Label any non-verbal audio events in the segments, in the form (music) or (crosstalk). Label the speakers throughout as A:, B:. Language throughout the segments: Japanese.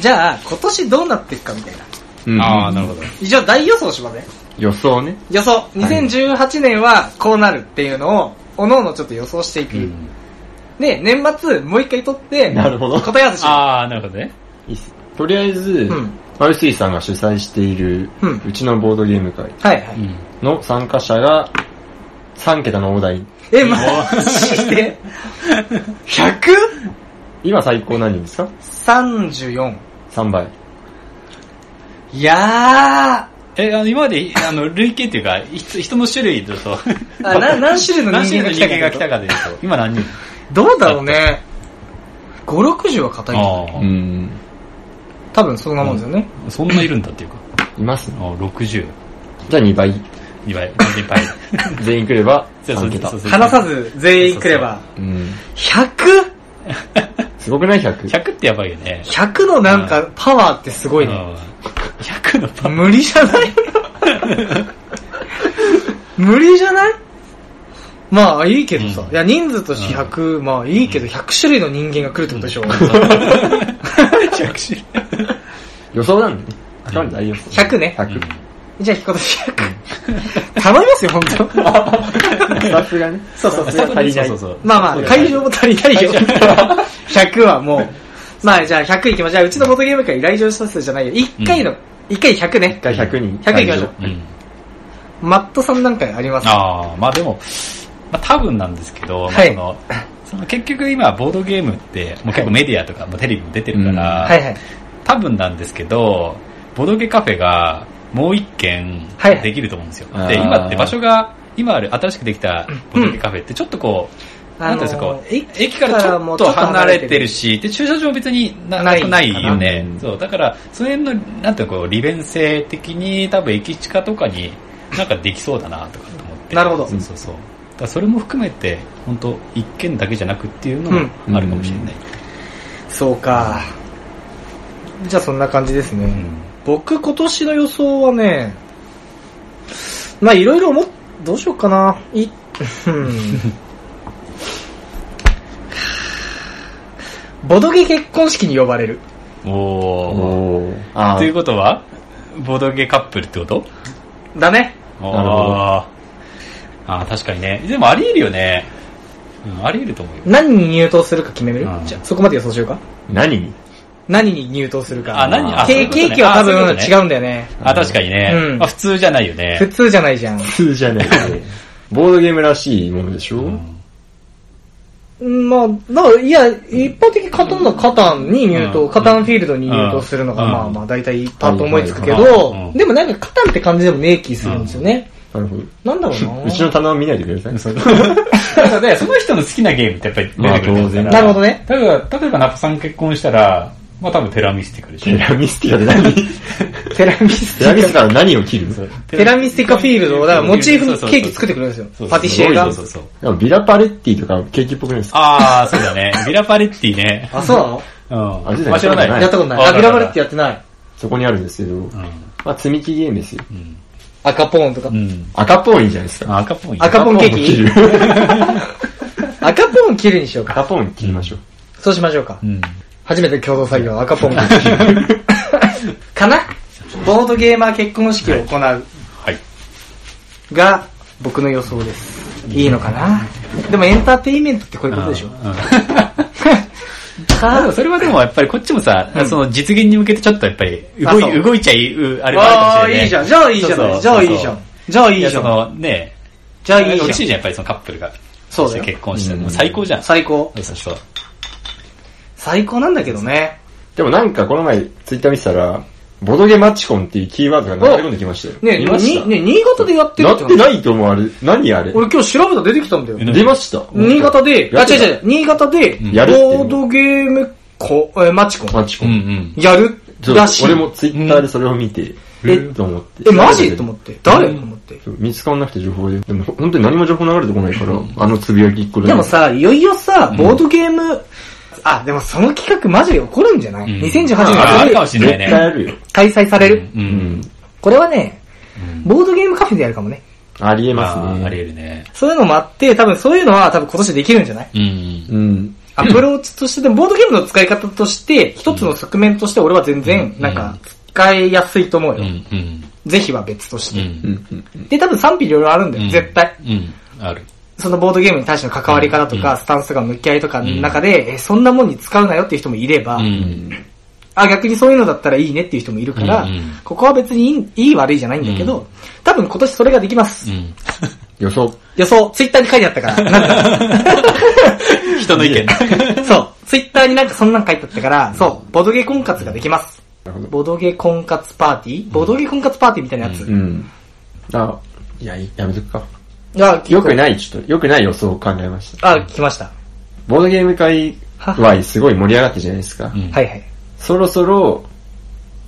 A: じゃあ、今年どうなっていくかみたいな。
B: うん
C: ああ、なるほど。
A: 一応大予想しません
B: 予想ね。
A: 予想。2018年はこうなるっていうのを、おのおのちょっと予想していく。
C: うん
A: で、年末、もう一回撮って、
B: なるほど
A: 答え合わせしよ
C: ああ、なるほどね。
B: いいっすとりあえず
A: うん、
B: マルスイさんが主催している
A: うん、
B: うちのボードゲーム会
A: う。はいは
C: う
A: い。
C: ん。
B: の参加者が、3桁の大台。
A: え、マジ (laughs) で 100?
B: 今最高何人ですか
A: ?34。
B: ?3 倍。
A: いや
C: え、あの、今まで、あの、類型っていうか、ひつ人の種類だと、
A: ー。あな何種類の
C: 何
A: 人間が
C: 種類の
A: 来
C: 人
A: たか
C: 間が来た
A: か。
C: かで言うと、今何人
A: どうだろうね。5、60は硬いんじゃない
C: あ
B: うん。
A: 多分そんなもんですよね。
C: あ、そんないるんだっていうか。
B: います
C: ああ、60。
B: じゃあ2倍。
C: 2倍、2倍。
B: 全員来れば
C: (laughs) そうそう
B: 3桁
C: そう。そう
A: 話さず全員来れば。
B: うん。
A: 100?100
B: すごくない ?100。
C: 100ってやばいよね。す
A: のなんかパワーってすごいね。
C: 100のパ
A: 無理じゃない無理じゃないまあいいけどさ。
C: うん
A: いや人数として100、まあいいけど100種類の人間が来るってことでしょ。
C: ー100種類。
B: 予想なんだね。あかん大予想。
A: 100ね
B: 100。
A: (laughs) じゃあ今年100。頼みますよ、本
B: スタッフがね。
A: 当そうそう
B: それは足りない
C: そうそうそう。
A: まあま
C: そ
A: あ、
C: うだよね
A: 会場も足りないよ。100は (laughs) もう。まあじゃあ100いきましょう。じゃあうちのボードゲーム会来場者数じゃないよ。1回の、一回100ね
B: 1。回100人。
A: 100行きましょう
C: うん。
A: マットさんなんかあります
C: ああ、まあでも、まあ多分なんですけど、まあ
A: はい
C: そのその結局今ボードゲームって、もう結構メディアとか、まあテレビも出てるから、
B: うん
A: はいはい。
C: 多分なんですけど、ボドゲカフェがもう一軒
A: はい
C: できると思うんですよ。
B: あー
C: で、今って場所が、今ある新しくできたボドゲカフェってちょっとこう、なんていうんですか、こう
A: 駅
C: 駅からちょっと離れてるし、で、駐車場も別にな
A: な
C: ないくないよね
B: う。ん
C: そう、だから、その辺の、なんていうのこう、利便性的に、多分駅近とかになんかできそうだな、とかと思って。
A: なるほど
C: そうそうそう。だからそれも含めて、本当一軒だけじゃなくっていうのもあるかもしれない。
A: そうか。じゃあそんな感じですね。
C: うん
A: 僕今年の予想はね、まあいろいろ思っ、どうしようかな。い、
C: (laughs)
A: うん。ボドゲ結婚式に呼ばれる。
C: おー。
B: おー。あ
C: という
B: ー
C: ことは、ボードゲーカップルってこと
A: だね。
B: なるほど
C: あーあー、確かにね。でもあり得るよね。うん、あり得ると思うよ。
A: 何に入党するか決める
C: うん
A: じゃあそこまで予想しようか。
B: 何に
A: 何に入党するか。
C: あ、何あ、
A: 定期
C: 駅
A: 駅は多分
C: うい
A: 違
C: うことね。
A: うんだよね。
C: あ、確かにね。
A: うん
C: まあ、普通じゃないよね。
A: 普通じゃないじゃん。
B: 普通じゃねえ。ボードゲームらしいものでしょ
C: うん
A: うんまあ、だからいや、一般的にカタンのカタンに入
C: う
A: 党、
C: ん
A: カタンフィールドに入党するのが、
C: うん
A: まあまあ、大体一般と思いつくけ
C: うんう
A: ど
C: ん、
A: でもなんかカタンって感じでも明記するんですよね。
B: なるほど。
A: なんだろうな。
B: うちの棚を見ないでください。
C: だからね、その人の好きなゲームってやっぱり出てくると思
B: ま
C: うから
B: あ当然
A: なるほどね。
C: 例えば、例えばナポさん結婚したら、まあ多分テラミスティカでし
B: テ
C: ょ。
B: ラミスティカで何
A: (laughs) テラミス
B: テ
A: テ
B: ラミ
A: ィ
B: スティカは何を切る
C: そう
A: カ。テラミスティカフィールドを、だからモチーフのケーキ作ってくれるんです
C: そうそうそう
A: よ。パティシエが
C: そう。そうそう。
B: でもビラパレッティとかケーキっぽくないですか
C: ああ、そうだね。ビラパレッティね。
A: あ、そうなの
C: うん。
B: あれだよ
C: ま知らない。
B: はい
A: やったことない。
C: わか
A: あ、
C: る
A: グラバレってやってない。
B: そこにあるんですけど、
C: うん。
B: まあ積み木ゲームですよ。
C: うん
A: 赤ポーンとか
C: う。ん。
B: 赤っぽいいんじゃないですか。
C: あ赤っぽいね。
A: 赤ポンケー
B: 切
A: キ
B: る。
A: 赤ポーン切るにしようか。
B: 赤ポン切りましょう。
A: そうしましょうか
C: う。ん。
A: 初めて共同作業、赤ポーン切る。
C: (laughs)
A: かなボードゲーマー結婚式を行う。
C: はい。
A: が僕の予想です。いいのかなでもエンターテインメントってこういうことでしょ
C: うんあでも
A: か
C: それはでもやっぱりこっちもさ、その実現に向けてちょっとやっぱり動
A: あそ
C: いう動いちゃいう、あれも
A: あ
C: あ
A: あ、
C: るかもしれない。
A: いいじゃん。じゃあいいじゃ
C: そ
A: ん。
C: う
A: じゃあいいじゃん。。じゃあいいじゃ
C: そういや、そ
A: ん。
C: のね、
A: じゃあいい
C: 嬉し
A: じ
C: い
A: ゃん。
C: じゃん、やっぱりそのカップルが。
A: そうだよ
C: 結婚して
B: うん
C: もう最高じゃん。
A: 最高。
C: そうそうそう。
A: 最高なんだけどね。
B: でもなんかこの前ツイッター見てたら、ボドゲマチコンっていうキーワードが流れ込んできましたよ。
A: ね
B: 見まし
A: に
B: た
A: ね新潟でやってる
B: な
A: っ
B: っててないと思うあれ。何あれ
A: 俺今日調べたら出てきたんだよ。
C: ん
B: 出ました。
A: 新潟で、あ、
B: やっ
A: 違う
B: てた
A: 違う、新潟で、
B: んやるっていう
A: ボードゲームこ、えー、マチコン。
B: マチコ
C: うんう
B: ン。
C: ん。
A: やる
B: そう
A: らしい。
B: 俺もツイッターでそれを見て、
C: うん
B: えっと思って。
A: え、マジと思って。誰と思って。
B: そう見つからなくて情報で。でも本当に何も情報流れてこないから、あのつぶやき一個で。
A: でも、さ、いよいよさ、ボードゲーム、あ、でもその企画マジで起こるんじゃない、
C: うん
A: ?2018
C: あある
A: 年
C: か
A: ま
C: も
A: で
C: し
B: 絶
C: れ
B: 対
C: ないね。
B: やるよ。
A: 開催される、
C: う。
B: うんん。
A: これはね、
C: うん
A: ボードゲームカフェでやるかもね。
B: ありえ
C: ま
B: ます
C: あ、あ
B: ね。
C: り得るね。
A: そういうのもあって、多分そういうのは多分今年できるんじゃない
C: うん。
B: うん。
A: アプローチとして、でもボードゲームの使い方として、一つの側面として俺は全然、
C: うん
A: なんか、使いやすいと思う
C: うん
A: よ。、
C: うん、
A: 是非は別とし
C: う。
A: て。
B: うんんうんうん。
A: で、多分賛否両論あるんだ
C: う
A: よ、
C: ん
A: 絶対。
C: うん、ある。
A: そのボードゲームに対しての関わり方と
C: う
A: か、
C: ん
A: スタンスとかの向き合いとかの中で、え、そんなもんに使うなよっていう人もいれば
C: う、。
B: うんん
A: あ、逆にそういうのだったらいいねっていう人もいるから、
C: うんうん
A: ここは別にいいいい悪いじゃないんだけど、
C: うん
A: 多分今年それができます。
C: うん。
B: 予想。
A: 予想、ツイッターに書いてあったから。なん
C: (laughs) 人の意見。
A: かそう、ツイッターになんかそんなん書いてあったから、そう、ボドゲ婚活ができます。
B: なるほど。
A: ボドゲ婚活パーティーボドゲ婚活パーティーみたいなやつ。
B: うん。あ、いや、いやめとくか。
A: あ、
B: よく
A: い。
B: ない、ちょっと、よくない予想を考えました。
A: あ、来ました。
B: ボードゲーム会はすごい盛り上がったじゃないですか
C: う。ん
A: はいはい。
B: そろそろ、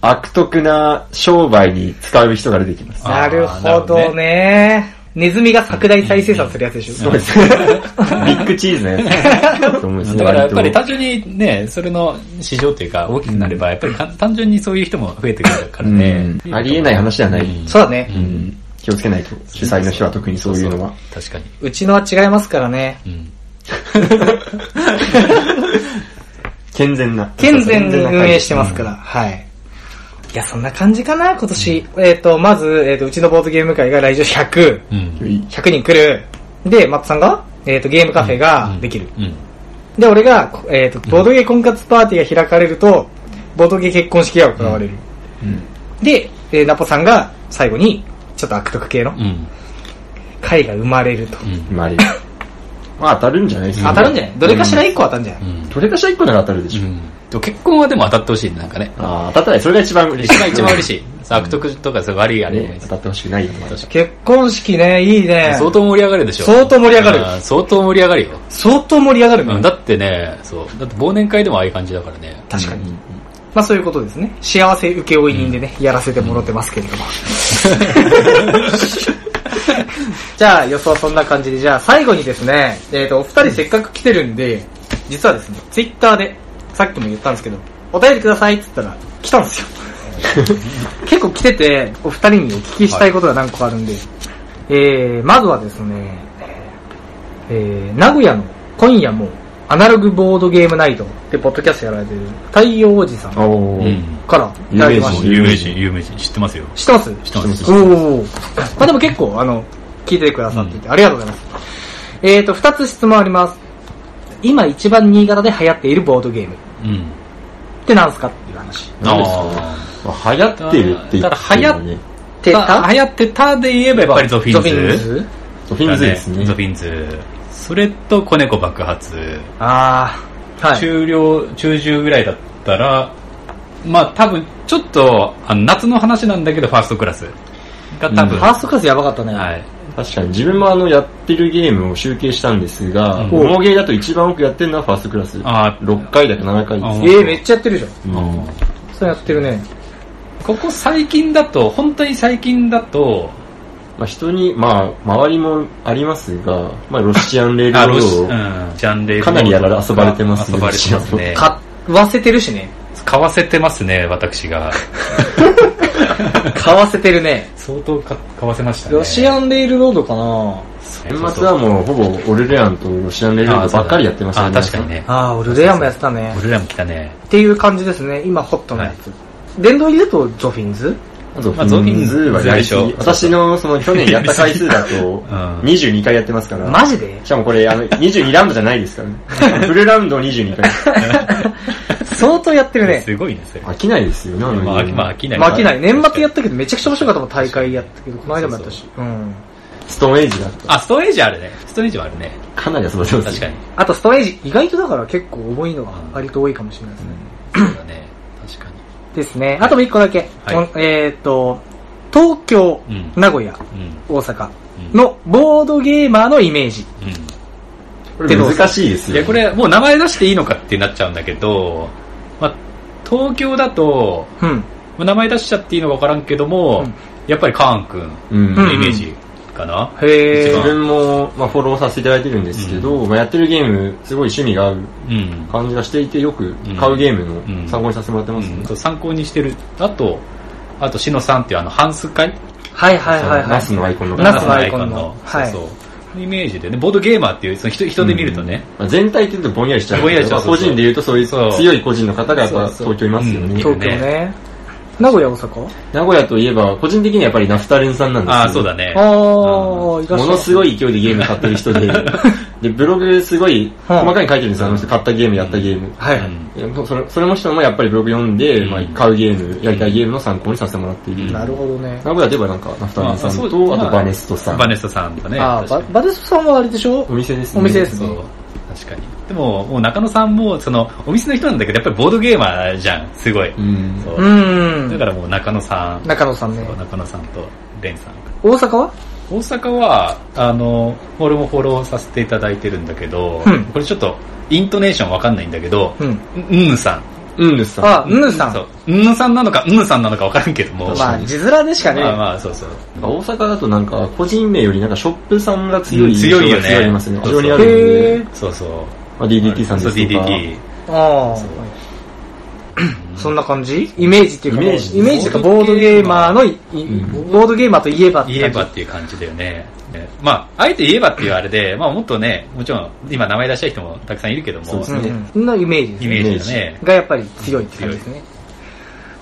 B: 悪徳な商売に使う人が出てきます。
C: あー
A: なるほど
C: なる
A: ね
C: ほど
A: ネズミが拡大再生産するやつでしょ。
B: そうですね。ビッグチーズのやつ。と思うんですね
C: だからやっぱり
B: 割と
C: 単純にね、それの市場というか大きくなれば、やっぱりか単純にそういう人も増えてくるからね。
B: うんありえない話ではない
C: うん
A: そうだね、
B: う。
A: うん
B: 気をつけないと。主催の人は特にそういうのは。
C: そうそう確か
A: ちのは違いますからね。
C: に。うん。
B: 健全な。
A: 健全に運営してますから。はい。いや、そんな感じかな、今年。えっ、と、まず、えっ、と、うちのボードゲーム会が来場100。
C: うん。
B: うん。
A: 100人来る。で、マットさんが、えっ、と、ゲームカフェができる。
C: うん。
A: で、俺が、こえっ、と、ボードゲ婚活パーティーが開かれると、ボードゲ結婚式が行われる。
B: うん
A: で、えーナポさんが最後に、ちょっと悪徳系の
C: うん。
A: 会が生まれると。
C: うん。
B: まあ、あり (laughs) まあ当たるんじゃないですか。
A: 当たるんじゃないどれかしら1個当たるんじゃない、
C: うん
B: どれかしら一個なら当たるでしょ。
C: うん。結婚はでも当たってほしいねなんかね。
B: ああ、当たったらそれが一番嬉しい。
C: 一番一番
B: (laughs)
C: 嬉しい。悪徳とかそう悪いあれでもいい
B: ね
C: で
B: 当
C: す
B: たってほしくないよね。
A: 結婚式ね、いいね。
C: 相当盛り上がるでしょ。
A: 相当盛り上がる
C: あー相当盛り上がるよ。
A: 相当盛り上がるね。
C: うん、だってね、そう。だって忘年会でもああいう感じだからね。
A: 確かに。まあそういうことですね。幸せ請負人でね、やらせてもらってますけれど (laughs) も。じゃあ予想はそんな感じで、じゃあ最後にですね、えっ、と、お二人せっかく来てるんで、実はですね、ツイッターで、さっきも言ったんですけど、お便りくださいって言ったら、来たん (laughs) ですよ。結構来てて、お二人にお聞きしたいことが何個かあるんで、えー、まずはですね、えー、名古屋の今夜もアナログボードゲームナイトでポッドキャストやられてる太陽王子さんか
B: お
C: う
B: ー。
C: ん。
A: らいただきま
B: う
A: し
B: ん
C: 有名人、有名人。知ってますよ。
A: た。知ってます
C: 知ってます。
A: おお。まあでも結構、あの、聞いてくださっていて、ありがとうございます。えーと、二つ質問あります。今一番新潟で流行っているボードゲームっ
C: うん。
A: て何すかっていう話。
B: 何ですかね
C: あー
B: まあ流行ってるって言ってるよね。
A: て
C: た
A: た
C: 流行ってたで言えばやっぱりゾフィンズ。
A: ズ
B: ゾフィンズですね
C: ゾ。フィンズ。それと子猫爆発。
A: ああ。はい。
C: 終了、中旬ぐらいだったら、まあ多分、ちょっと、あの夏の話なんだけど、ファーストクラスが多
B: う
C: 分、
A: ファーストクラスやばかったね。
C: はい。
B: 確かに自分もあのやってるゲームを集計したんですが、
C: うん
B: モノゲーだと一番多くやってるのはファーストクラス。
C: あー
B: 6回だか7回です
A: え
B: ね。
A: ー、めっちゃやってるじゃん。
B: うん
A: それやってるね。
C: ここ最近だと、本当に最近だと、
B: まあ人に、まあ周りもありますが、まあロシアンレール
C: あ
B: ロ
C: ロシ
B: ードを
C: うん、ジャンレ
B: かなりやられ遊ばれてます
C: ね。
B: ね
C: 遊ばれてますね。
A: 買わせてるしね。
C: 買わせてますね、私が。
A: 買わせてるね。
C: 相当か買わせましたね。
A: ロシアンレールロードかな
B: 年末はもうほぼオルレアンとロシアンレールロードばっかりやってました
C: あ、確かに。ね。
A: ああ、俺レアもやってたね。
C: 俺らも来たね。
A: っていう感じですね。今、ホットなやつ。電動入りだとゾフィンズ
B: あと、
C: まあ
B: ゾフィンズはやりすぎ
C: ゾフィンズでしょ
B: 私のその去
C: (laughs)
B: 年やった回数だと
C: ん、
B: 22回やってますから。
A: マジで
B: しかもこれ、あの、22ラウンドじゃないですからね。
C: (laughs)
B: フルラウンドを22回。
A: (laughs) 相当やってるね。
C: すごいね、それ。ま
B: 飽きないですよね、あの
C: あ、まあ飽きない。
A: まあ飽きない。年末やったけどめちゃくちゃ面白かったもん、大会やったけど、この間もやったし。うん。
B: ストーンエイジだった。
C: あ、ストレージあるね。ストレージはあるね。
B: かなり遊ばれてます。
C: 確かに。
A: あと、ストレージ、意外とだから結構重いのが割と多いかもしれないですね。
C: そうだね。確か
A: ですね。あともう一個だけ。
C: はい
A: おえっと、東京
C: うん、
A: 名古屋、
C: に。うん。
A: 大阪
C: うん
A: のボードゲーマーのイメージ。
B: こ
C: う
B: れ難しいです
C: ん。
B: よ。
C: いや、これ、もう名前出していいのかってなっちゃうんだけど、まあ、東京だと、
A: うん。
C: まあ名前出しちゃっていいのか分からんけども、
A: うん
C: やっぱりカーン君
B: うん。
C: のイメージかな。
A: へ
C: 一
A: ー
B: 自
C: 番。
B: 分も、まあ、フォローさせていただいてるんですけど、まあ、やってるゲーム、すごい趣味が合う
C: うん。
B: 感じがしていて、よく
C: ん
B: 買うゲーム
C: うん
B: の参考にさせてもらってますね。
C: うん参考にしてる。あと、あと、しのさんっていうあの、ハンス会
A: はいはいはいはい。
B: ナスのアイコンの
A: ナス
B: 方
A: のアイコンの
C: ナスのアイコンの
A: はい
C: そうそうイメージでね、ボードゲーマーっていう、その人人で見るとね、
B: まあ、全体って言うとぼんやりしちゃう
C: ぼんや
B: け
C: りしちゃ
B: ど、
C: う
B: まあ個人で言うとそういう
C: そう
B: 強い個人の方がやっぱ
C: そうそう
B: 東京いますよ
C: うん
B: ね。
A: 東京ね。名古屋、大阪
B: 名古屋といえば、個人的にはやっぱりナフタレンさんなんですよ、
C: ああ、そうだね。
A: ああ、いらっしゃいま
B: も
A: す
B: のすごい勢いでゲーム買ってる人
C: (laughs)
B: で、で、ブログすごい細かに書いてるんですよ、あの人。買ったゲーム、やったゲーム。
A: はいうはい。
C: ん
B: いやそれそれも人もやっぱりブログ読んで、
C: うん
B: まあ、買うゲーム、やりたいゲームの参考にさせてもらっている。
C: うん
B: 名
A: なるほどね。
B: 古屋ではなんか、ナフタレンさん
C: まあ
B: と、
C: そう
B: あ
C: まあ
B: とバネストさん。
C: バネストさんとね。
A: ああ、
C: 確か
A: バ
C: に
A: バデスさんはあれでしょ
B: お店ですね。
A: お店です
C: そう。確かに。でも、もう中野さんも、その、お店の人なんだけど、やっぱりボードゲーマーじゃん、すごい。
B: うん。
C: そううだ
A: ん
C: か。らもう中野さん、
A: 中野さんね。
C: 中野さんと蓮さん。
A: 大阪は
C: 大阪は、あの、俺もフォローさせていただいてるんだけど、
A: うん
C: これちょっと、イントネーションわかんないんだけど、
A: うん。
C: うん、うんさん。
B: うんですさん。
A: あ、うんさん
C: そ。う。うんさんなのか、うんさんなのかわからんけども。
A: まあ、字面でしかね。
C: まあまあ、そうそう。
B: 大阪だとなんか、個人名よりなんかショップさんが強い印象
C: 強
B: が
C: いよ
B: 強
C: ね
B: いありますね。非常にある
A: へ
B: んで
A: え。。
C: そうそう。
B: まあ、DDT さんですとか。
C: そう DDT。
A: ああ。そんな感じイメージっていうか、
B: イメージ
A: イメージとかボードゲーマーのい、
B: ん
A: ボードゲーマーといえばって
C: 言え
A: 感じ
C: ばっていう感じだよね。ねまあ、あえて言えばっていうあれで、まあもっとね、もちろん今名前出したい人もたくさんいるけど
B: そう
C: も、
B: です
A: うん
B: ね
A: うん。そんなイメージです
C: イ
A: ね
C: メージだね。
A: がやっぱり強いって感じですね。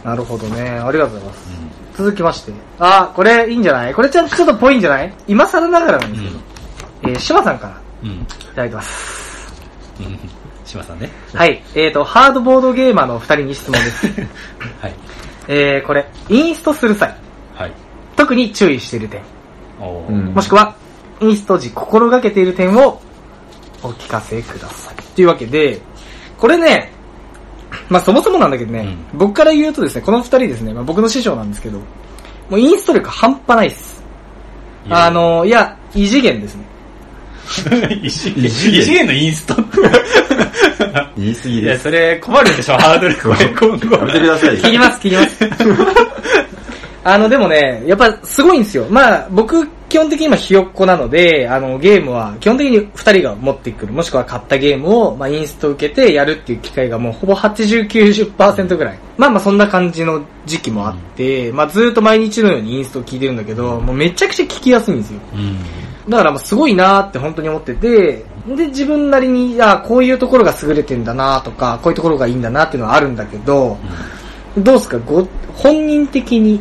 A: なるほどね。ありがとうございます。続きまして。あ、これいいんじゃないこれちょっとぽいんじゃない今更ながらなんですけど。えー、島さんから
C: うん。うん。
A: いただいてます。
C: うん。島さんね。
A: はい。えーと、ハードボードゲーマーのお二人に質問です。
C: はい。
A: えー、これ、インストする際、
C: はい。
A: 特に注意している点、
C: おー
B: うん
A: もしくは、インスト時心がけている点をお聞かせください。っていうわけで、これね、まあそもそもなんだけどね、僕から言うとですね、この二人ですね、まあ僕の師匠なんですけど、もうインスト力半端ないっす。
C: いや
A: あ、の、いや、異次元ですね。
C: (laughs) 異次元異次元のインストって。
B: 言い過ぎ
C: い
B: で
C: や、
B: す。
C: それ困るでしょ、ハードルこれ今後。
B: やめて (laughs) ください。
A: 切ります、切ります。 (laughs) あの、でもね、やっぱすごいんですよ。まあ、僕、基本的に今ひよっこなので、あの、ゲームは、基本的に二人が持ってくる、もしくは買ったゲームを、まあ、インスト受けてやるっていう機会がもうほぼ80、90%ぐらい。まあまあ、そんな感じの時期もあって、まあ、ずーっと毎日のようにインスト聞いてるんだけど、もうめちゃくちゃ聞きやすいんですよ。
C: うん。
A: だからもうすごいなーって本当に思ってて、で、自分なりに、あーこういうところが優れてんだなーとか、こういうところがいいんだなっていうのはあるんだけど、どうですかご、本人的に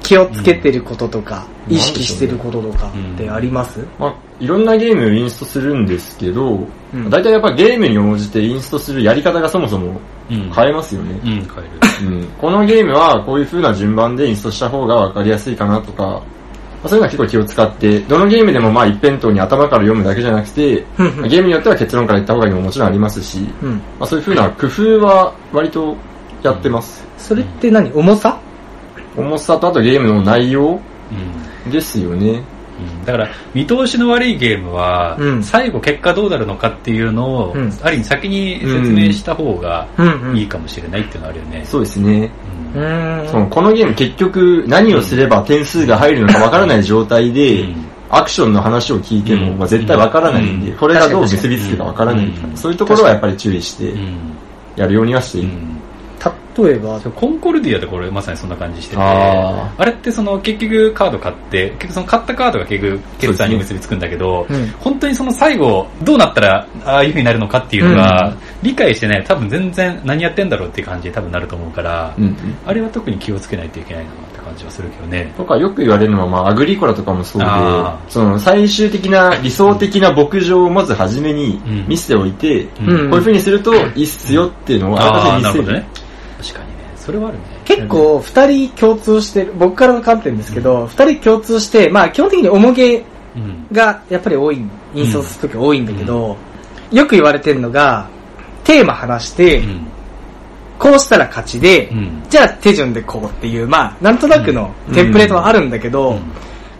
A: 気をつけてることとか、
B: うん
A: 意識してることとかってあります、
B: まあ、いろんなゲームをインストするんですけど、
A: うん
B: 大体やっぱゲームに応じてインストするやり方がそもそも
C: うん。
B: 変えますよね
C: う。ん、変える。
B: うんこのゲームはこういう風な順番でインストした方がわかりやすいかなとか、まあそういうのは結構気を使って、どのゲームでもまあ一辺倒に頭から読むだけじゃなくて、
A: う
B: ま
A: んうん
B: あゲームによっては結論から言った方がいいのももちろんありますし、
A: うん、
B: まあそういう風な工夫は割とやってます。
A: それって何重さ
B: 重さとあとゲームの内容
C: うん。
B: ですよね。
C: うんだから見通しの悪いゲームは、
A: うん
C: 最後結果どうなるのかっていうのを、
A: うん
C: ある意味先に説明した方が
A: うんうん
C: いいかもしれないっていうのはあるよね。
B: そうですね。
A: うーん。
B: そのこのゲーム結局何をすれば点数が入るのかわからない状態で、
C: うん
B: アクションの話を聞いても、
C: うん
B: まあ、絶対わからないんで、
C: うん
B: これがどう結びつくかわからない、
C: うん
B: そういうところはやっぱり注意して
C: うん
B: やるようにはして
C: う
B: いる。
C: ん
A: 例えば、
C: そうコンコルディアでこれまさにそんな感じしてて、
B: あ
C: あれってその結局カード買って、結局その買ったカードが結局決算に結びつくんだけ
A: そ
C: ど、
A: うですね
C: 本当にその最後どうなったらああいう風になるのかっていうのが、
A: う
C: 理解してない多分全然何やってんだろうっていう感じで多分なると思うから、
B: うん
C: あれは特に気をつけないといけないなって感じはするけどね。
B: とかよく言われるのは、まあ、アグリコラとかもそうで
C: あ、ー
B: その最終的な理想的な牧場をまず初めに
C: うん
B: 見せておいて、
C: う
A: うん
B: こういう風にするといいっすよっていうのをあらかじ
C: あ
B: め
C: ー
B: 見
C: な
B: せ
C: る
B: る
C: ほどね。確かにね。それはあるね。
A: 結構二人共通してる、僕からの観点ですけど、二人共通して、まあ基本的に重げ
C: うん。
A: がやっぱり多い、印刷するとき多いんだけど、よく言われてるのが、テーマ話して、
C: うん。
A: こうしたら勝ちで、
C: うん。
A: じゃあ手順でこうっていう、まあ、なんとなくの
B: うん
A: テンプレートはあるんだけ
C: う
A: ど、
C: ん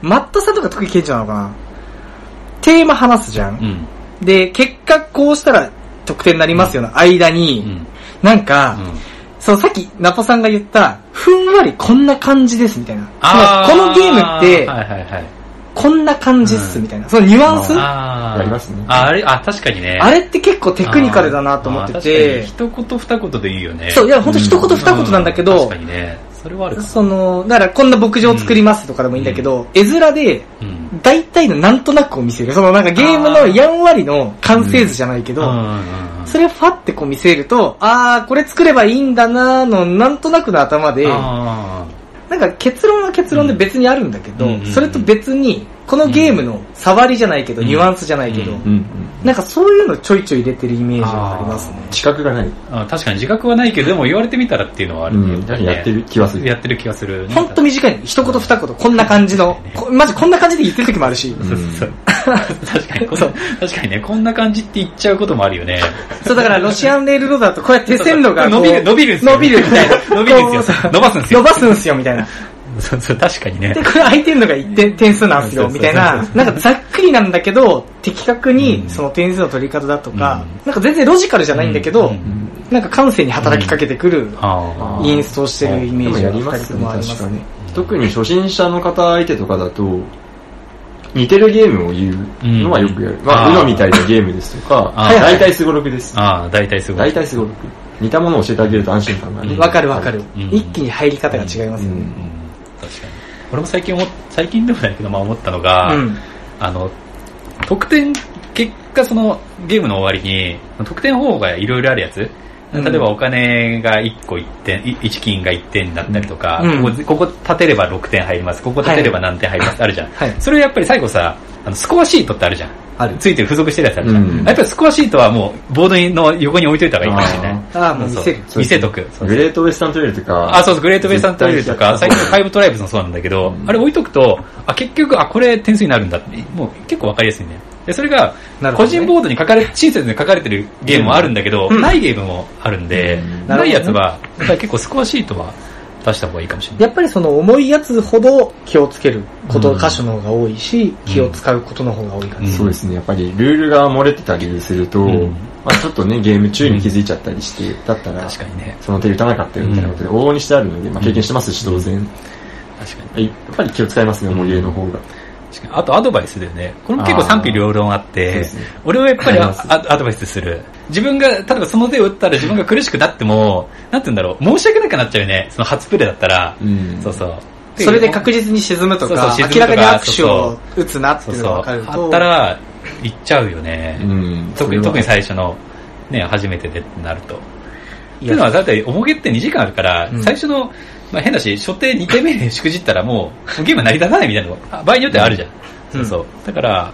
A: マットさんとか特に顕著なのかなテーマ話すじゃ。
C: うんん。
A: で、結果こうしたら得点になりますよの間に、
C: うん。
A: なんか、そう、さっきナポさんが言った、ふんわりこんな感じですみたいな。
C: ー
A: そのこのゲームって、
C: はいはいはい。
A: こんな感じっすみたいな。そのニュアンス、
C: あー
B: やりますね
C: あ、あれ、あ、確かにね。
A: あれって結構テクニカルだなと思ってて、
C: あー確かに一言二言でいいよね。
A: そう、いや、ほんと一言
C: うん
A: 二言なんだけど、
C: 確かにね。そそれはあるか
A: その、だからこんな牧場を作りますとかでもいいんだけど、絵面で、
C: うん
A: 大体のなんとなくを見せる。そのなんかゲームのやんわりの完成図じゃないけ
C: う
A: ど、
C: んうんうん
A: それをファってこう見せると、あー、これ作ればいいんだなーの、なんとなくの頭で、
C: あ
A: なんか結論は結論で別にあるんだけど、
C: うん
A: それと別に、このゲームの触りじゃないけど、
C: うん
A: ニュアンスじゃないけど、
C: うん
B: うんうん。
A: なんかそういうのちょいちょい入れてるイメージがありますね。
B: 知覚がない。
C: ーあ確かに自覚はないけどでも言われてみたらっていうのはあ
B: う
C: る
B: ん。やはりやってる気はす
C: や
B: る。
C: ってる気がするね
A: ほんと短いの。一言二言、こんな感じの、こマジこんな感じで言ってる時もある
C: (laughs)
A: し、
B: うん
C: そう確かにこんな確かにねこんな感じって言っちゃうこともあるよね
A: そうだからロシアンレールロードだとこうやって線路がこ
C: 伸
A: う
C: びる伸びるんすよ
A: 伸びるみたいな。
C: 伸びるんすよ
A: こう
C: 伸ばすんすよ
A: 伸ばすんすよみたいな。
C: そうそう確かにね
A: で、これ空いてるのが1点点数なんすよ、みたいな。なんかざっくりなんだけど、的確にその点数の取り方だとか、なんか全然ロジカルじゃないんだけど、
C: うん
A: なんか感性に働きかけてくる
C: あ
A: インストをしてるイメ
B: で
A: ー
B: も
A: ジ
B: や
A: が
B: りま
A: 2人
B: す
A: と
B: ね、
A: もありま
B: 確
A: す
B: かに
A: ね。。
B: 特に初心者の方相手とかだと、似てるゲームを言うのはよくやる。
C: うん
B: まあ、
C: あー
B: UNO みたいなゲームですとか、
C: あー
B: 大体すごろくです。
C: ああ大体すご
B: 大
C: い
B: 体すごろく。似たものを教えてあげると安心感があ
C: う
B: る。
C: ん
A: わかるわかる
C: うん。
A: 一気に入り方が違いますよ
B: う
A: ね。
C: うん
B: ん
C: 確かに俺も最近思っ最近でもないけど、まあ、思ったのが、
A: うん。
C: あの得点結果そのゲームの終わりに得点方法がいろいろあるやつ
A: うん
C: 例えばお金が1個1点、い1金が1点だったりとか、
A: うん
C: ここここ立てれば6点入ります、ここ立てれば何点入ります、あるじゃん。
A: はい
C: それをやっぱり最後さ、あのスコアシートってあるじゃん。
A: ある
C: ついてる付属してるやつあるじゃん。
B: うん
C: やっぱりスコアシートはもうボードの横に置いといた方がいいかもしれない。
A: ああ、もう見せる。
C: そう見せとく。そう
B: グレートウェスタントレイルとか、
C: あ、そうそう、グレートウェイサントリールとか、
B: 絶対
C: 最近のファイブトライブズもそうなんだけど、あれ置いとくと、あ、結局、あ、これ点数になるんだって、もう結構わかりやすいね。で、それが、
A: なるほ
C: 個
A: どね
C: 人ボードに書かれ、親切に書かれてるゲームもあるんだけど、
A: うん
C: ないゲームもあるんで
B: うん、
A: なるほどね
C: ないやつは、やっぱり結構スコアシートは出した方がいいかもしれない。
A: やっぱりその重いやつほど気をつけること、箇所の方が多いし、気を使うことの方が多い感じ。
B: そうですね、やっぱりルールが漏れてたりすると、
C: ん
B: まあ、ちょっとね、ゲーム中に気づいちゃったりして、だったら、
C: 確かにね。
B: その手打たなかったよみたいなことで、往々にしてあるので、まあ、経験してますし、当然。
C: 確かに。
B: やっぱり気を使いますね、思い入れの方が。
C: 確かにあとアドバイスだよね。これも結構
B: あー
C: 賛否両論あって、
B: そうですね
C: 俺はやっぱり
B: あり
C: あ
B: ます
C: あアドバイスする。自分が、例えばその手を打ったら自分が苦しくなっても、なんて言うんだろう、申し訳なくなっちゃうよね。その初プレーだったら。
B: うん
C: そうそう。
A: それで確実に沈むとか、
C: そうそう
A: 明
C: 沈む
A: ら
C: とか
A: かに握手を打つなって
C: そう
A: いう
C: そ
A: の
C: う。
A: が分かると。
C: あったら、行っちゃうよね。
B: うん
C: 特に、
B: そ
C: 特
B: れ
C: に
B: は
C: 最初の、ね、初めてでってなると。って
A: い
C: い
A: や
C: うのは、だって、重げって2時間あるから、
A: うん
C: 最初の、まあ、変だし、初手2手目でしくじったらもう、ゲーム成り立たないみたいなのが、あ場合によってはあるじゃん。
A: うん
C: そうそう。だから、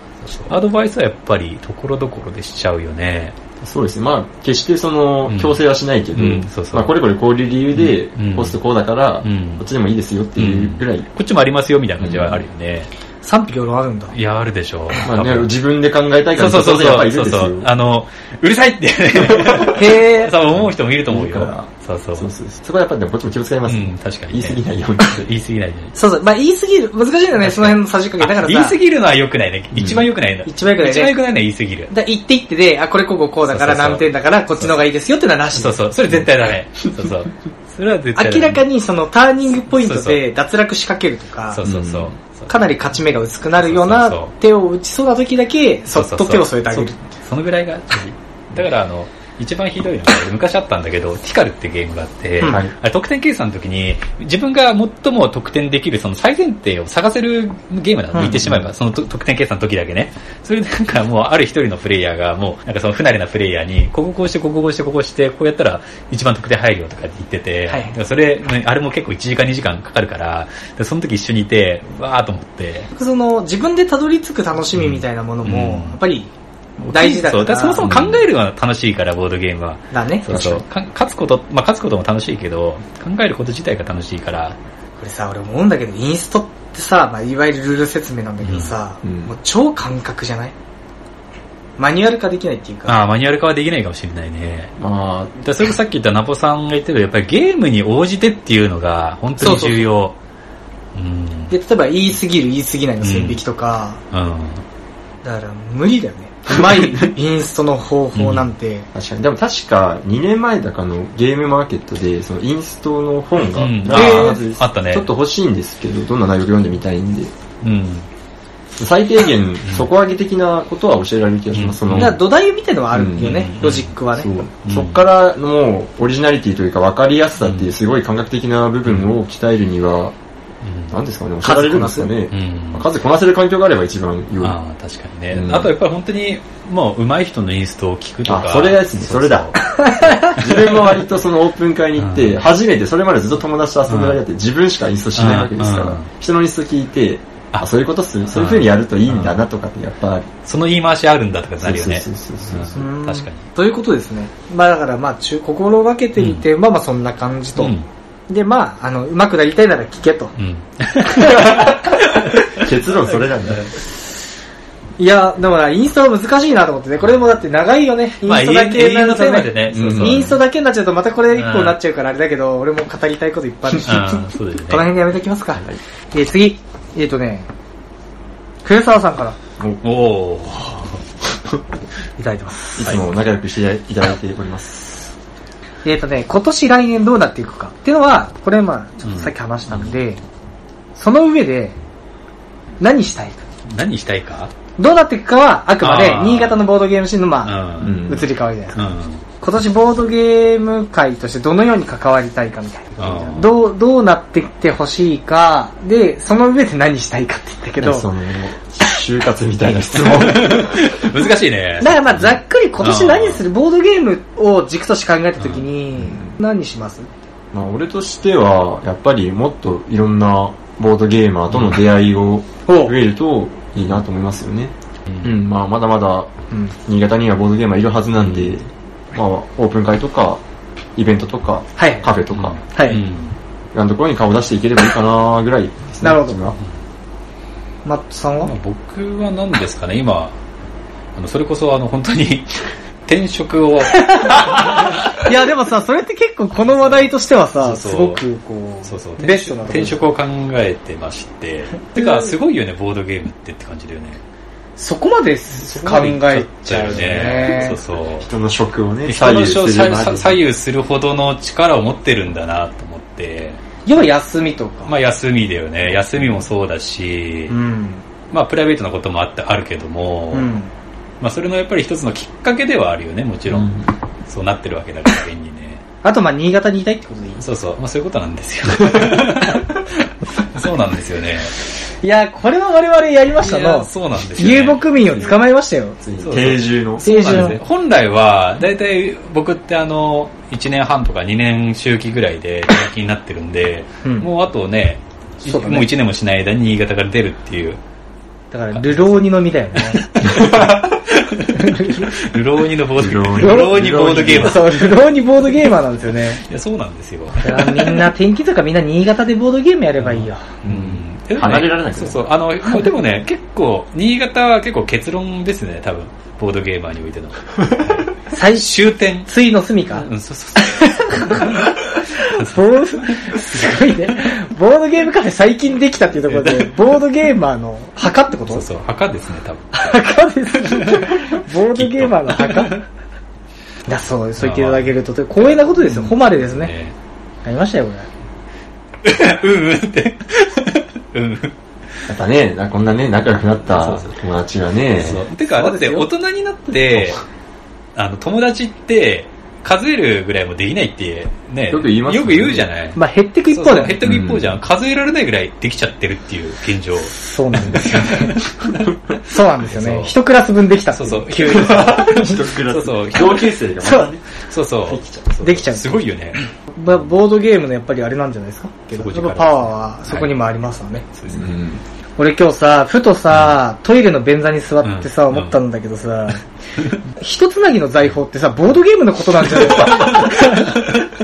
C: アドバイスはやっぱり、ところどころでしちゃうよね。
B: そうですね。まあ、決してその
C: うん、
B: 強制はしないけど
C: うんそうそ、う
B: まあ、これこれこういう理由
C: うんうん
B: で、コストこうだから、
C: うん
B: こっちでもいいですよっていうぐらい、
C: こっちもありますよ、みたいな感じはあるよね。
A: 賛否両論あるんだ。
C: いや、あるでしょう。
B: まあね
C: 多分、
B: 自分で考えたいか
C: そう
B: ら、
C: そうそう
B: 当然やっぱ
C: そ
B: り
C: う
B: いる
C: そ
B: んです
C: うそ
B: よ
C: う。あの、うるさいって、
A: へえ。
C: そう思う人もいると思う
B: いるか
C: よ
B: ら。
C: そうそう。
B: そうそうそこはやっぱりねこっちも気を使います
C: う
B: ね
C: ん、。 (laughs) 確か
B: 言
C: に、
B: い
C: ね。
B: 過ぎない
C: (laughs)
B: ように。
C: 言い過ぎないように。
A: そうそう。まあ言い過ぎる。難しいんだね、その辺の差し掛け。だからさ、
C: 言い過ぎるのは良くないね。一番良くないの。
A: 一番良くないね
C: 一番良くないのは言い過ぎる。
A: だ言って言ってで、あ、これこうこうこうだから
C: そうそうそう
A: 何点だからこっちの方がいいですよってのはなし
C: そうそう、それ絶対ダメ。そうそう。それは絶対ダメ。
A: 明らかにそのターニングポイント
C: そうそ
A: で脱落しかけるとか
C: そう、そうそう。
A: かなり勝ち目が薄くなるよう
C: そうそう
A: な
C: そう
A: 手を打ちそうな時だけ、そ
C: そう
A: っと手を添えてあげる
C: そう。そのぐらいが、だからあの、一番ひどいのが、昔あったんだけど、ティカルってゲームがあって、
A: うん
B: はい
C: あれ得点計算の時に、自分が最も得点できる、その最前提を探せるゲームだと
A: うん
C: 言ってしまえば、そのと得点計算の時だけね。それでなんかもう、ある一人のプレイヤーが、もう、なんかその不慣れなプレイヤーに、こここうして、こここうして、ここして、こうやったら一番得点入るよとかって言ってて、
A: はい
C: だからそれ、あれも結構1時間2時間かかるから、でその時一緒にいて、わーっと思って、
A: その自分でたどり着く楽しみみたいなもの
C: うん
A: も、やっぱり大事だか
C: そう
A: ら。
C: そもそも考えるのは楽しいから、ボードゲームは。
A: だね。
C: そうそう。か勝つこと、まあ勝つことも楽しいけど、考えること自体が楽しいから、
A: これさ、俺思うんだけど、インストってさ、まあ、いわゆるルール説明なんだけどさ、
B: うんうん
A: もう超感覚じゃないマニュアル化できないっていうか、
C: ああ、マニュアル化はできないかもしれないね。
B: まあ、
C: だからそれこそさっき言ったナポさんが言ってたやっぱりゲームに応じてっていうのが本当に重要。うん。
A: で、例えば言い過ぎる言い過ぎないの線引きとか、
C: うん。
A: だから無理だ
C: (laughs)
A: よね。うまいインストの方法なんて、
B: 確かに。でも確か2年前だかのゲームマーケットで、そのインストの本が、
C: うん
B: あるはず
C: あーあったね
B: ちょっと欲しいんですけど、どんな内容か読んでみたいんで。
C: うん。
B: 最低限、底上げ的なことは教えられる気がします。その
A: みんな土台みたいのはあるんだよ
B: うん
A: ね
B: うんう、ん
A: ロジックはね
B: そ。うそっからのもうオリジナリティというか分かりやすさっていうすごい感覚的な部分を鍛えるには、何ですかね、教えられるんですかね
C: う。ん
B: まあ数こなせる環境があれば一番良い。
C: ああ確かにね、
B: うん
C: あとやっぱり本当にもう上手い人のインストを聞くとか
B: あそれですね
C: うう
B: それだ (laughs) 自分も割とそのオープン会に行っ
C: う
B: て、
C: ん
B: 初めて、それまでずっと友達と遊んでる間って自分しかインストしないわけですか
C: うん
B: ら、人のインスト聞いて、
C: あ
B: あ、そういうことっすそういう風にやるといいんだなとかってやっぱり。
C: その言い回しあるんだとかなるよね
B: そうそうそうそう
C: うん
A: うん
C: 確かに。
A: ということですね。まあだからまあ中、心がけてみて、まあまあそんな感じと。で、まあ、あの、うまくなりたいなら聞けと。
C: うん、うん
B: 結論それなんだ。
A: いや、でもな、インストは難しいなと思ってね。これもだって長いよね。イン
C: まあ
A: ストだけ
C: 永遠
A: な
C: の
A: ると
C: テーマ
A: ね
C: で。ね、
B: うん
C: そうそう
A: インストだけになっちゃうとまたこれ一個になっちゃうからあれだけど、俺も語りたいこといっぱいあるし、 (laughs) こ
C: あ
A: の
C: あそうですね
A: 辺でやめときますか。えー次、えっ、とね、クエサワさんから
B: お
C: おお
A: いただいてます。
B: いつも仲良くしていただいております。
A: えっ、とね、今年来年どうなっていくかっていうのは、これまあちょっとさっき話したんで、その上で、何したいか。
C: 何したいか
A: どうなっていくかは、あくまで
C: あー
A: 新潟のボードゲームシーンの
C: う
A: まあ、
C: ん、
B: うん
A: 移り変わりじゃないですか
C: うん
A: 今年ボードゲーム界としてどのように関わりたいかみたい
C: あー
A: な。どう、どうなってきてほしいか、で、その上で何したいかって言ったけど、
B: そ
A: だ
B: の、就活みたいな質問。
C: 難しいね
A: からまあざっくり今年何するボードゲームを軸として考えたときに、何します
B: (laughs) まあ、俺としては、やっぱりもっといろんなボードゲーマーとの出会いを
A: お
B: 増えるといいなと思いますよね。
C: う
B: うんん、まあ、まだまだ
A: うん。
B: 新潟にはボードゲーマーいるはずなんで、まあ、オープン会とか、イベントとか、
A: はい。
B: カフェとか、
A: は
C: う
A: い。
C: ん
B: なんところに顔出していければいいかなぐらいですね。
A: なるほど
B: 自分は
A: マットさん
C: まあ
A: は
C: 僕は何ですかね、今、あのそれこそあの本当に (laughs) 転職を、
A: いやでもさ、それって結構この話題としてはさ、
C: そ
A: すご
C: うそう
A: くこう、
C: そうそう
A: ベ
C: 転
A: スト
C: 職
A: なとこ
C: 転職を考えてまして、てかすごいよね、ボードゲームってって感じだよね。
A: そこまで考えちゃうよね
C: そう。そう。
B: 人の職をね、
C: 人の
B: する
C: 左
B: よう
C: 右
B: な
C: 左右するほどの力を持ってるんだなと思って、
A: 要は休みとか。
C: まあ休みだよね、休みもそうだし、
A: うん。
C: まあプライベートなこともあってあるけども、
A: うん。
C: まあそれのやっぱり一つのきっかけではあるよね、もちろん。
B: うん
C: そうなってるわけだから、便にね。
A: あとまあ新潟にいたいってことでいい
C: そうそう、まあそういうことなんですよ。
A: (laughs)
C: そうなんですよね。
A: いや、これは我々やりました
C: いや
A: の。
C: そうなんですよ、ね。
A: 遊牧民を捕まえましたよ。
C: そう
B: 定住の。
A: 定
C: そうなんです
A: 住
C: よ本来は、だいたい僕ってあの、1年半とか2年周期ぐらいで転勤になってるんで、
A: うん
C: もうあとね、い
A: そうだね
C: もう1年もしない間に新潟から出るっていう、 (laughs)
A: だから、流浪人のみだよね。
C: ルローニのボードゲーム。
B: 流
C: ルロ
B: 浪
C: ーニ
B: 人
C: ボードゲーム。
A: そう、流浪人ボードゲーマーなんですよね。
C: いや、そうなんですよ。
A: いやみんな、天気とかみんな新潟でボードゲームやればいいよ。
C: うんでもね
B: 離れられない
C: そうそう。あの、 (laughs) これでもね、結構、新潟は結構結論ですね、多分。ボードゲーマーにおいての。
A: 最終、
C: 終点。
A: ついの住みか
C: うん、そうそうそう。
A: ボーすごいね。ボードゲームカフェ最近できたっていうところで、ボードゲーマーの墓ってこ
C: そう
A: と
C: そう、墓ですね、多分。
A: 墓です。ボードゲーマーの墓だそう、そう言っていただけると、光栄なことですよ。誉れですね。
C: ね
A: ありましたよ、これ。
C: うんうんって。うんうん。
B: やっぱね、なこんなね、仲良くなった
C: そうそう
B: 友達がね、
C: そう。てか、だ
A: そう
C: っ
A: です
C: て
A: よ
C: 大人になって、あの、友達って、数えるぐらいもできないって、ね。
B: よく言います
C: よ
B: よ
C: く
B: ね
C: 言うじゃない。
A: まあ減ってく一
C: そう
A: 方
C: そう
A: だよ
C: 減っ
A: ね。
C: てく一方じゃん。数えられないぐらいできちゃってるっていう現状。
A: そうなんですよね。そうなんですよ
C: そう
A: ね。一クラス分できたって
C: そ
A: いうう。
C: そう。
B: 一クラス
C: そうそう
B: 同級生がま
A: そう
B: だね
C: そうそう。
A: できちゃう
C: すごいよね。
A: まあボードゲームのやっぱりあれなんじゃないですか
C: 底
A: やっ
C: 力
A: ぱパワーはそこにもありますわね。
C: そうです
B: う
C: ね。
B: ん
A: 俺今日さ、ふとさ、トイレの便座に座ってさ、
C: うん
A: 思ったんだけどさ、 (laughs) 一つなぎの財宝ってさ、ボードゲームのことなんじゃないですか
C: (laughs)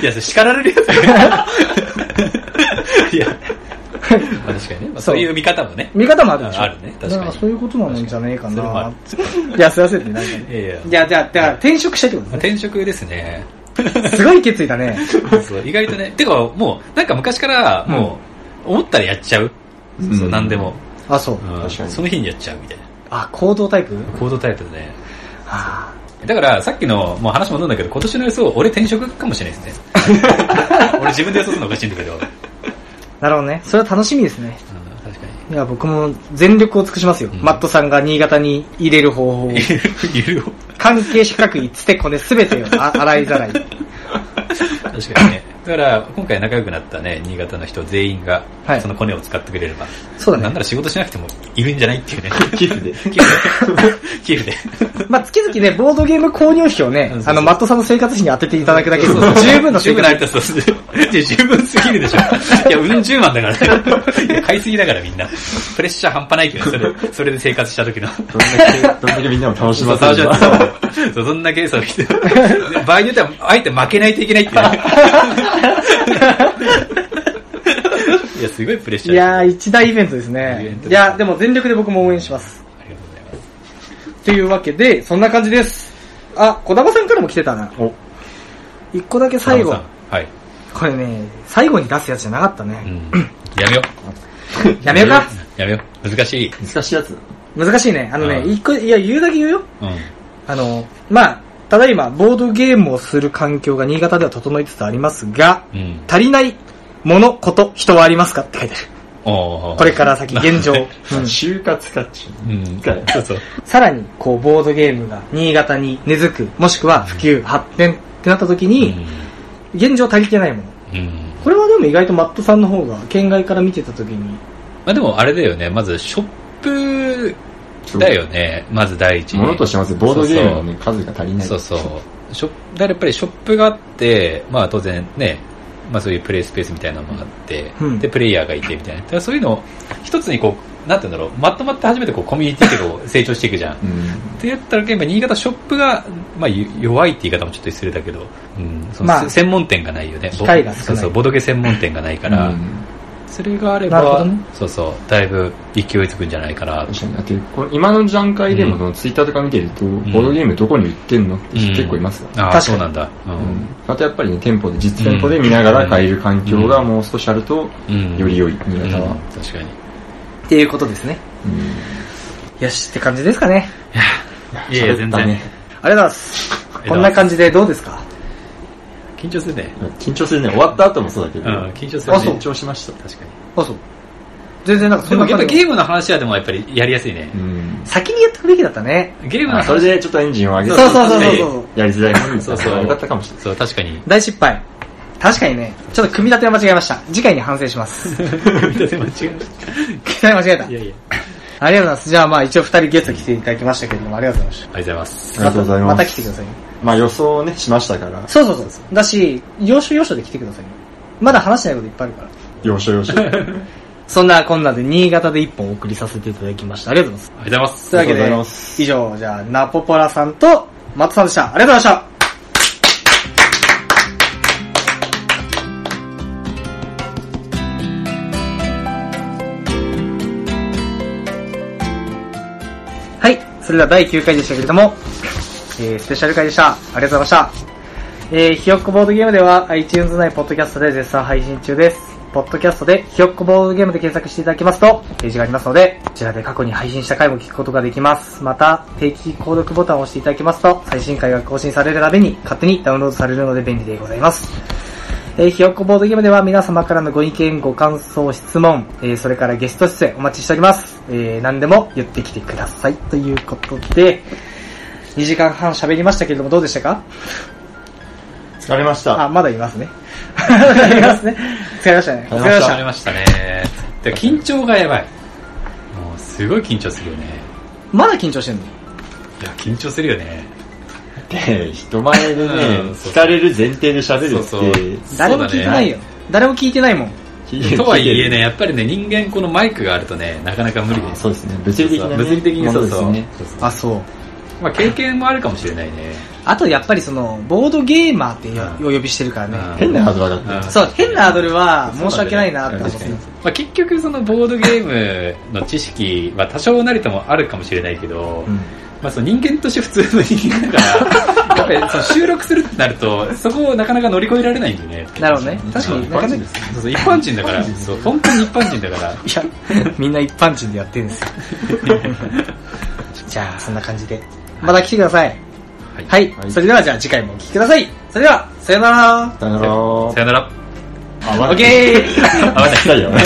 C: いや、それ叱られるやつだよいや、まあ確かにね、ま
A: そう
C: あ、そういう見方もね。
A: 見方もあるでしょ
C: あるね確かに
A: だらそういうことなんじゃねえか
C: それもあ
A: な
C: る。
A: いや、すいませんね、なんか
C: い
A: ね。
C: やいや
A: いや、じゃあ、だから転職したいってこと
C: 転職ですね。
A: ね。すごい決意だね。
C: そう意外とね。てか、もう、なんか昔から、もう、思ったらやっちゃう。
B: うん
C: そう、なんでも。
A: あ、そう。
C: うん
B: 確かに
C: その日にやっちゃうみたいな。
A: あ、行動タイプ
C: 行動タイプでね。
A: あ
C: だから、さっきの、もう話戻るんだけど、今年の予想、俺転職かもしれないですね。俺自分で予想するのおかしいんだけど。うん
A: ーなるほどね。それは楽しみですね。
C: 確かに。
A: いや、僕も全力を尽くしますよ。
C: ん
A: マットさんが新潟に入れる方
C: (laughs)
A: 法を。
C: いるよ。
A: 関係四角いつてこねすべてをあ洗いざら
C: (laughs)
A: い。
C: 確かにね。だから、今回仲良くなったね、新潟の人全員が
A: はい、
C: そのコネを使ってくれれば。
A: そうだね
C: なんなら仕事しなくてもいるんじゃないっていうね。
B: 寄付
C: (laughs)
B: で。
C: 寄付で。寄付で。
A: まあ、月々ね、ボードゲーム購入費をね
C: うんそう、そう
A: あの、マットさんの生活費に当てていただくだけで
C: そうそう
A: 十分の
C: 十
A: 生活
C: 分なりたそうそういや十分すぎるでしょ。いや、うん十万だからね。いや、買いすぎだからみんな。プレッシャー半端ないけど、それ、それで生活した時の。
B: どんだけ、どんだけみんなを楽し
C: そう、
B: ま
C: サ
B: せ
C: ウジ
B: る
C: ャ
B: か。
C: そう、そうそんなケースを見て、場合によっては、あえて負けないといけないっていう
A: (laughs)
C: ね。いや、すごいプレッシャー。
A: いやー、一大イベントです
C: イベン
A: ね
C: トで。す
A: いや、でも全力で僕も応援します。
C: ありがとうございます。
A: というわけで、そんな感じです。あ、小玉さんからも来てたな。
B: お、
A: 一個だけ最後
C: 田。中さん。はい。
A: これね、最後に出すやつじゃなかった
C: う
A: ね。
C: ん。やめよ
A: やめようか。
C: う。やめよう。難しい。
B: 難しいやつ。
A: 難しいね。あのね、
C: うん
A: 一個、いや、言うだけ言うよ。
C: うん。
A: あの、まあ、ただいま、ボードゲームをする環境が新潟では整いつつありますが、
C: うん。
A: 足りないもの、こと、人はありますかって書いてある。
C: おー
A: これから先、現 (laughs) 状。うん
B: 就活かっちゅう。
C: うん。そうそう。
A: さらに、こう、ボードゲームが新潟に根付く、もしくは普及、発展ってなった時に、現状足りてないもの。
C: うん。うん。
A: これはでも意外とマットさんの方が、県外から見てた時に、
C: まあでもあれだよね、まずショップだよね、まず第一に。
B: 物としてまずボードゲームのね、数が足りない。
C: そうそう。ショップだからやっぱりショップがあって、まあ当然ね、まあそういうプレイスペースみたいなのもあって、
A: うん
C: で、プレイヤーがいてみたいな。だからそういうのを一つにこう、なんて言うんだろう、まとまって初めてこうコミュニティってこう成長していくじゃん。っ
B: うん。
C: てやったら、やっぱ新潟ショップが、まあゆ弱いって言い方もちょっと失礼だけど、うん、その
A: まあ
C: 専門店がないよね。
A: 機会が少ない
C: そうそう、ボドゲ専門店がないか、
B: からうん
C: それがあれ
A: なるほ
C: ば、
A: どね
C: そうそう、だいぶ勢いづくんじゃないかな。
B: 確かに。だって、この今の段階でも、そのツイッターとか見てると、ボードゲームどこに売ってんのって人結構いますよ。
C: あ
A: 確か
C: あ、
A: に
C: そうなんだ。う。
B: うんん。あとやっぱりね、店舗で、実店舗で見ながら買える環境がもう少しあると、
C: うん
B: より良い、新
C: うん
B: 潟は。
C: 確かに。
A: っていうことですね。
B: うん
A: よし、って感じですかね。
C: いやいや、
B: 喋
C: 全
B: ったね
A: あ
C: 然。
A: りがとうございます。こんな感じでどうですか
C: 緊張するね。
B: 緊張するね。終わった後もそうだけ
C: う
B: ど。
C: ん、緊張する
B: あ、
C: ね。
B: そう。緊張しました。
C: 確かに。
A: あ、そう。全然なんかそ
C: で
A: ん
C: も
A: な
C: やっ
A: 感
C: ぱ
A: じ
C: ゲームの話はでもやっぱりやりやすいね
B: う。ん。
A: 先にやっておくべきだったね。
C: ゲームの
B: あそ
C: 話
B: れでちょっとエンジンを上げ
A: そ
B: て
A: う、
C: そう
A: そうそうそう
C: 確
A: そう。
B: やりづらいもん
C: そうそう
B: よかったかもしれない。
C: そう、確かに。
A: 大失敗。確かにね、ちょっと組み立ては間違えました。次回に反省します。組
C: 組み立て間違
A: み立て間違えた。あ
C: い
A: り
C: やい
A: がとうご
C: や。
A: ざいます。じゃあまあ一応二人ゲスト来ていただきましたけれども、ありがとうございまし
C: ありがとうございます。
B: ありがとうござい
A: た。ま
B: ま
A: た
B: す。
A: 来てくださいね。
B: まあ予想をね、しましたから、
A: そうそうそう。だし、要所要所で来てくださいね。まだ話してないこといっぱいあるから。
B: 要所要所。
C: (laughs)
A: そんなこんなで新潟で一本お送りさせていただきました。ありがとうございます。
C: ありがとうございます。
A: というわけ
B: ありがと
A: で
B: うございま、す
A: 以上、じゃあ、ナポポラさんと、マットさんでした。ありがとうございました。はい、それでは第9回でしたけれども、えー、スペシャル回でした。ありがとうございました。えー、ひよっこボードゲームでは iTunes 内ポッドキャストで絶賛配信中です。ポッドキャストでひよっこボードゲームで検索していただきますと、ページがありますので、こちらで過去に配信した回も聞くことができます。また、定期購読ボタンを押していただきますと、最新回が更新されるたびに勝手にダウンロードされるので便利でございます。えーひよっこボードゲームでは皆様からのご意見、ご感想、質問、えーそれからゲスト出演お待ちしております。えー何でも言ってきてください。ということで、2時間半喋りましたけれどもどうでしたか
B: 疲れました。
A: あ、まだいますね。まだいますね。疲れましたね。
B: 疲れ
A: 疲れま
B: まし
A: し
C: あり
A: た。
C: ましたね。で緊張がやばい。もう、すごい緊張するよね。
A: まだ緊張してんの
C: いや、緊張するよね。
B: で、人前でね
C: う、んそう
B: 疲れる前提で喋る
C: そうそう
B: って、
A: 誰も聞いてないよ。誰も聞いてないもん。
B: 聞いて
C: とはいえね、やっぱりね、人間このマイクがあるとね、なかなか無理です。
B: そうですね、物理的なね。
C: 物理的にそうそ
B: もの
C: う
B: ですね。
A: あ、そう。
C: まあ経験もあるかもしれないね。
A: あとやっぱりその、ボードゲーマーってよ
C: うん
A: お呼びしてるからね。
B: 変なハードル上が
C: う
B: っ
C: ん
A: そう、変なアドルは申し訳ないなって思って
B: 確かに
A: ます。
C: まあ、結局そのボードゲームの知識は多少なりともあるかもしれないけど、
B: うん
C: まあ、その人間として普通の人間だからやっぱりその収録するってなるとそこをなかなか乗り越えられないんだよね
A: なるほどね。確か
C: そう
A: になかなか。
C: そうそう一般人だからそう本当に一般人だから
A: いや、みんな一般人でやってるんですよ。じゃあ、そんな感じで。また来てください。
C: はい
A: はい
B: は。い
A: それではじゃあ次回もお聞きください。それでは、さよなら。
B: た。だから
C: さよなら
B: 合わ
A: オ
B: な
A: ッ
B: い (laughs)
A: ケー (laughs)
B: 合わないよね。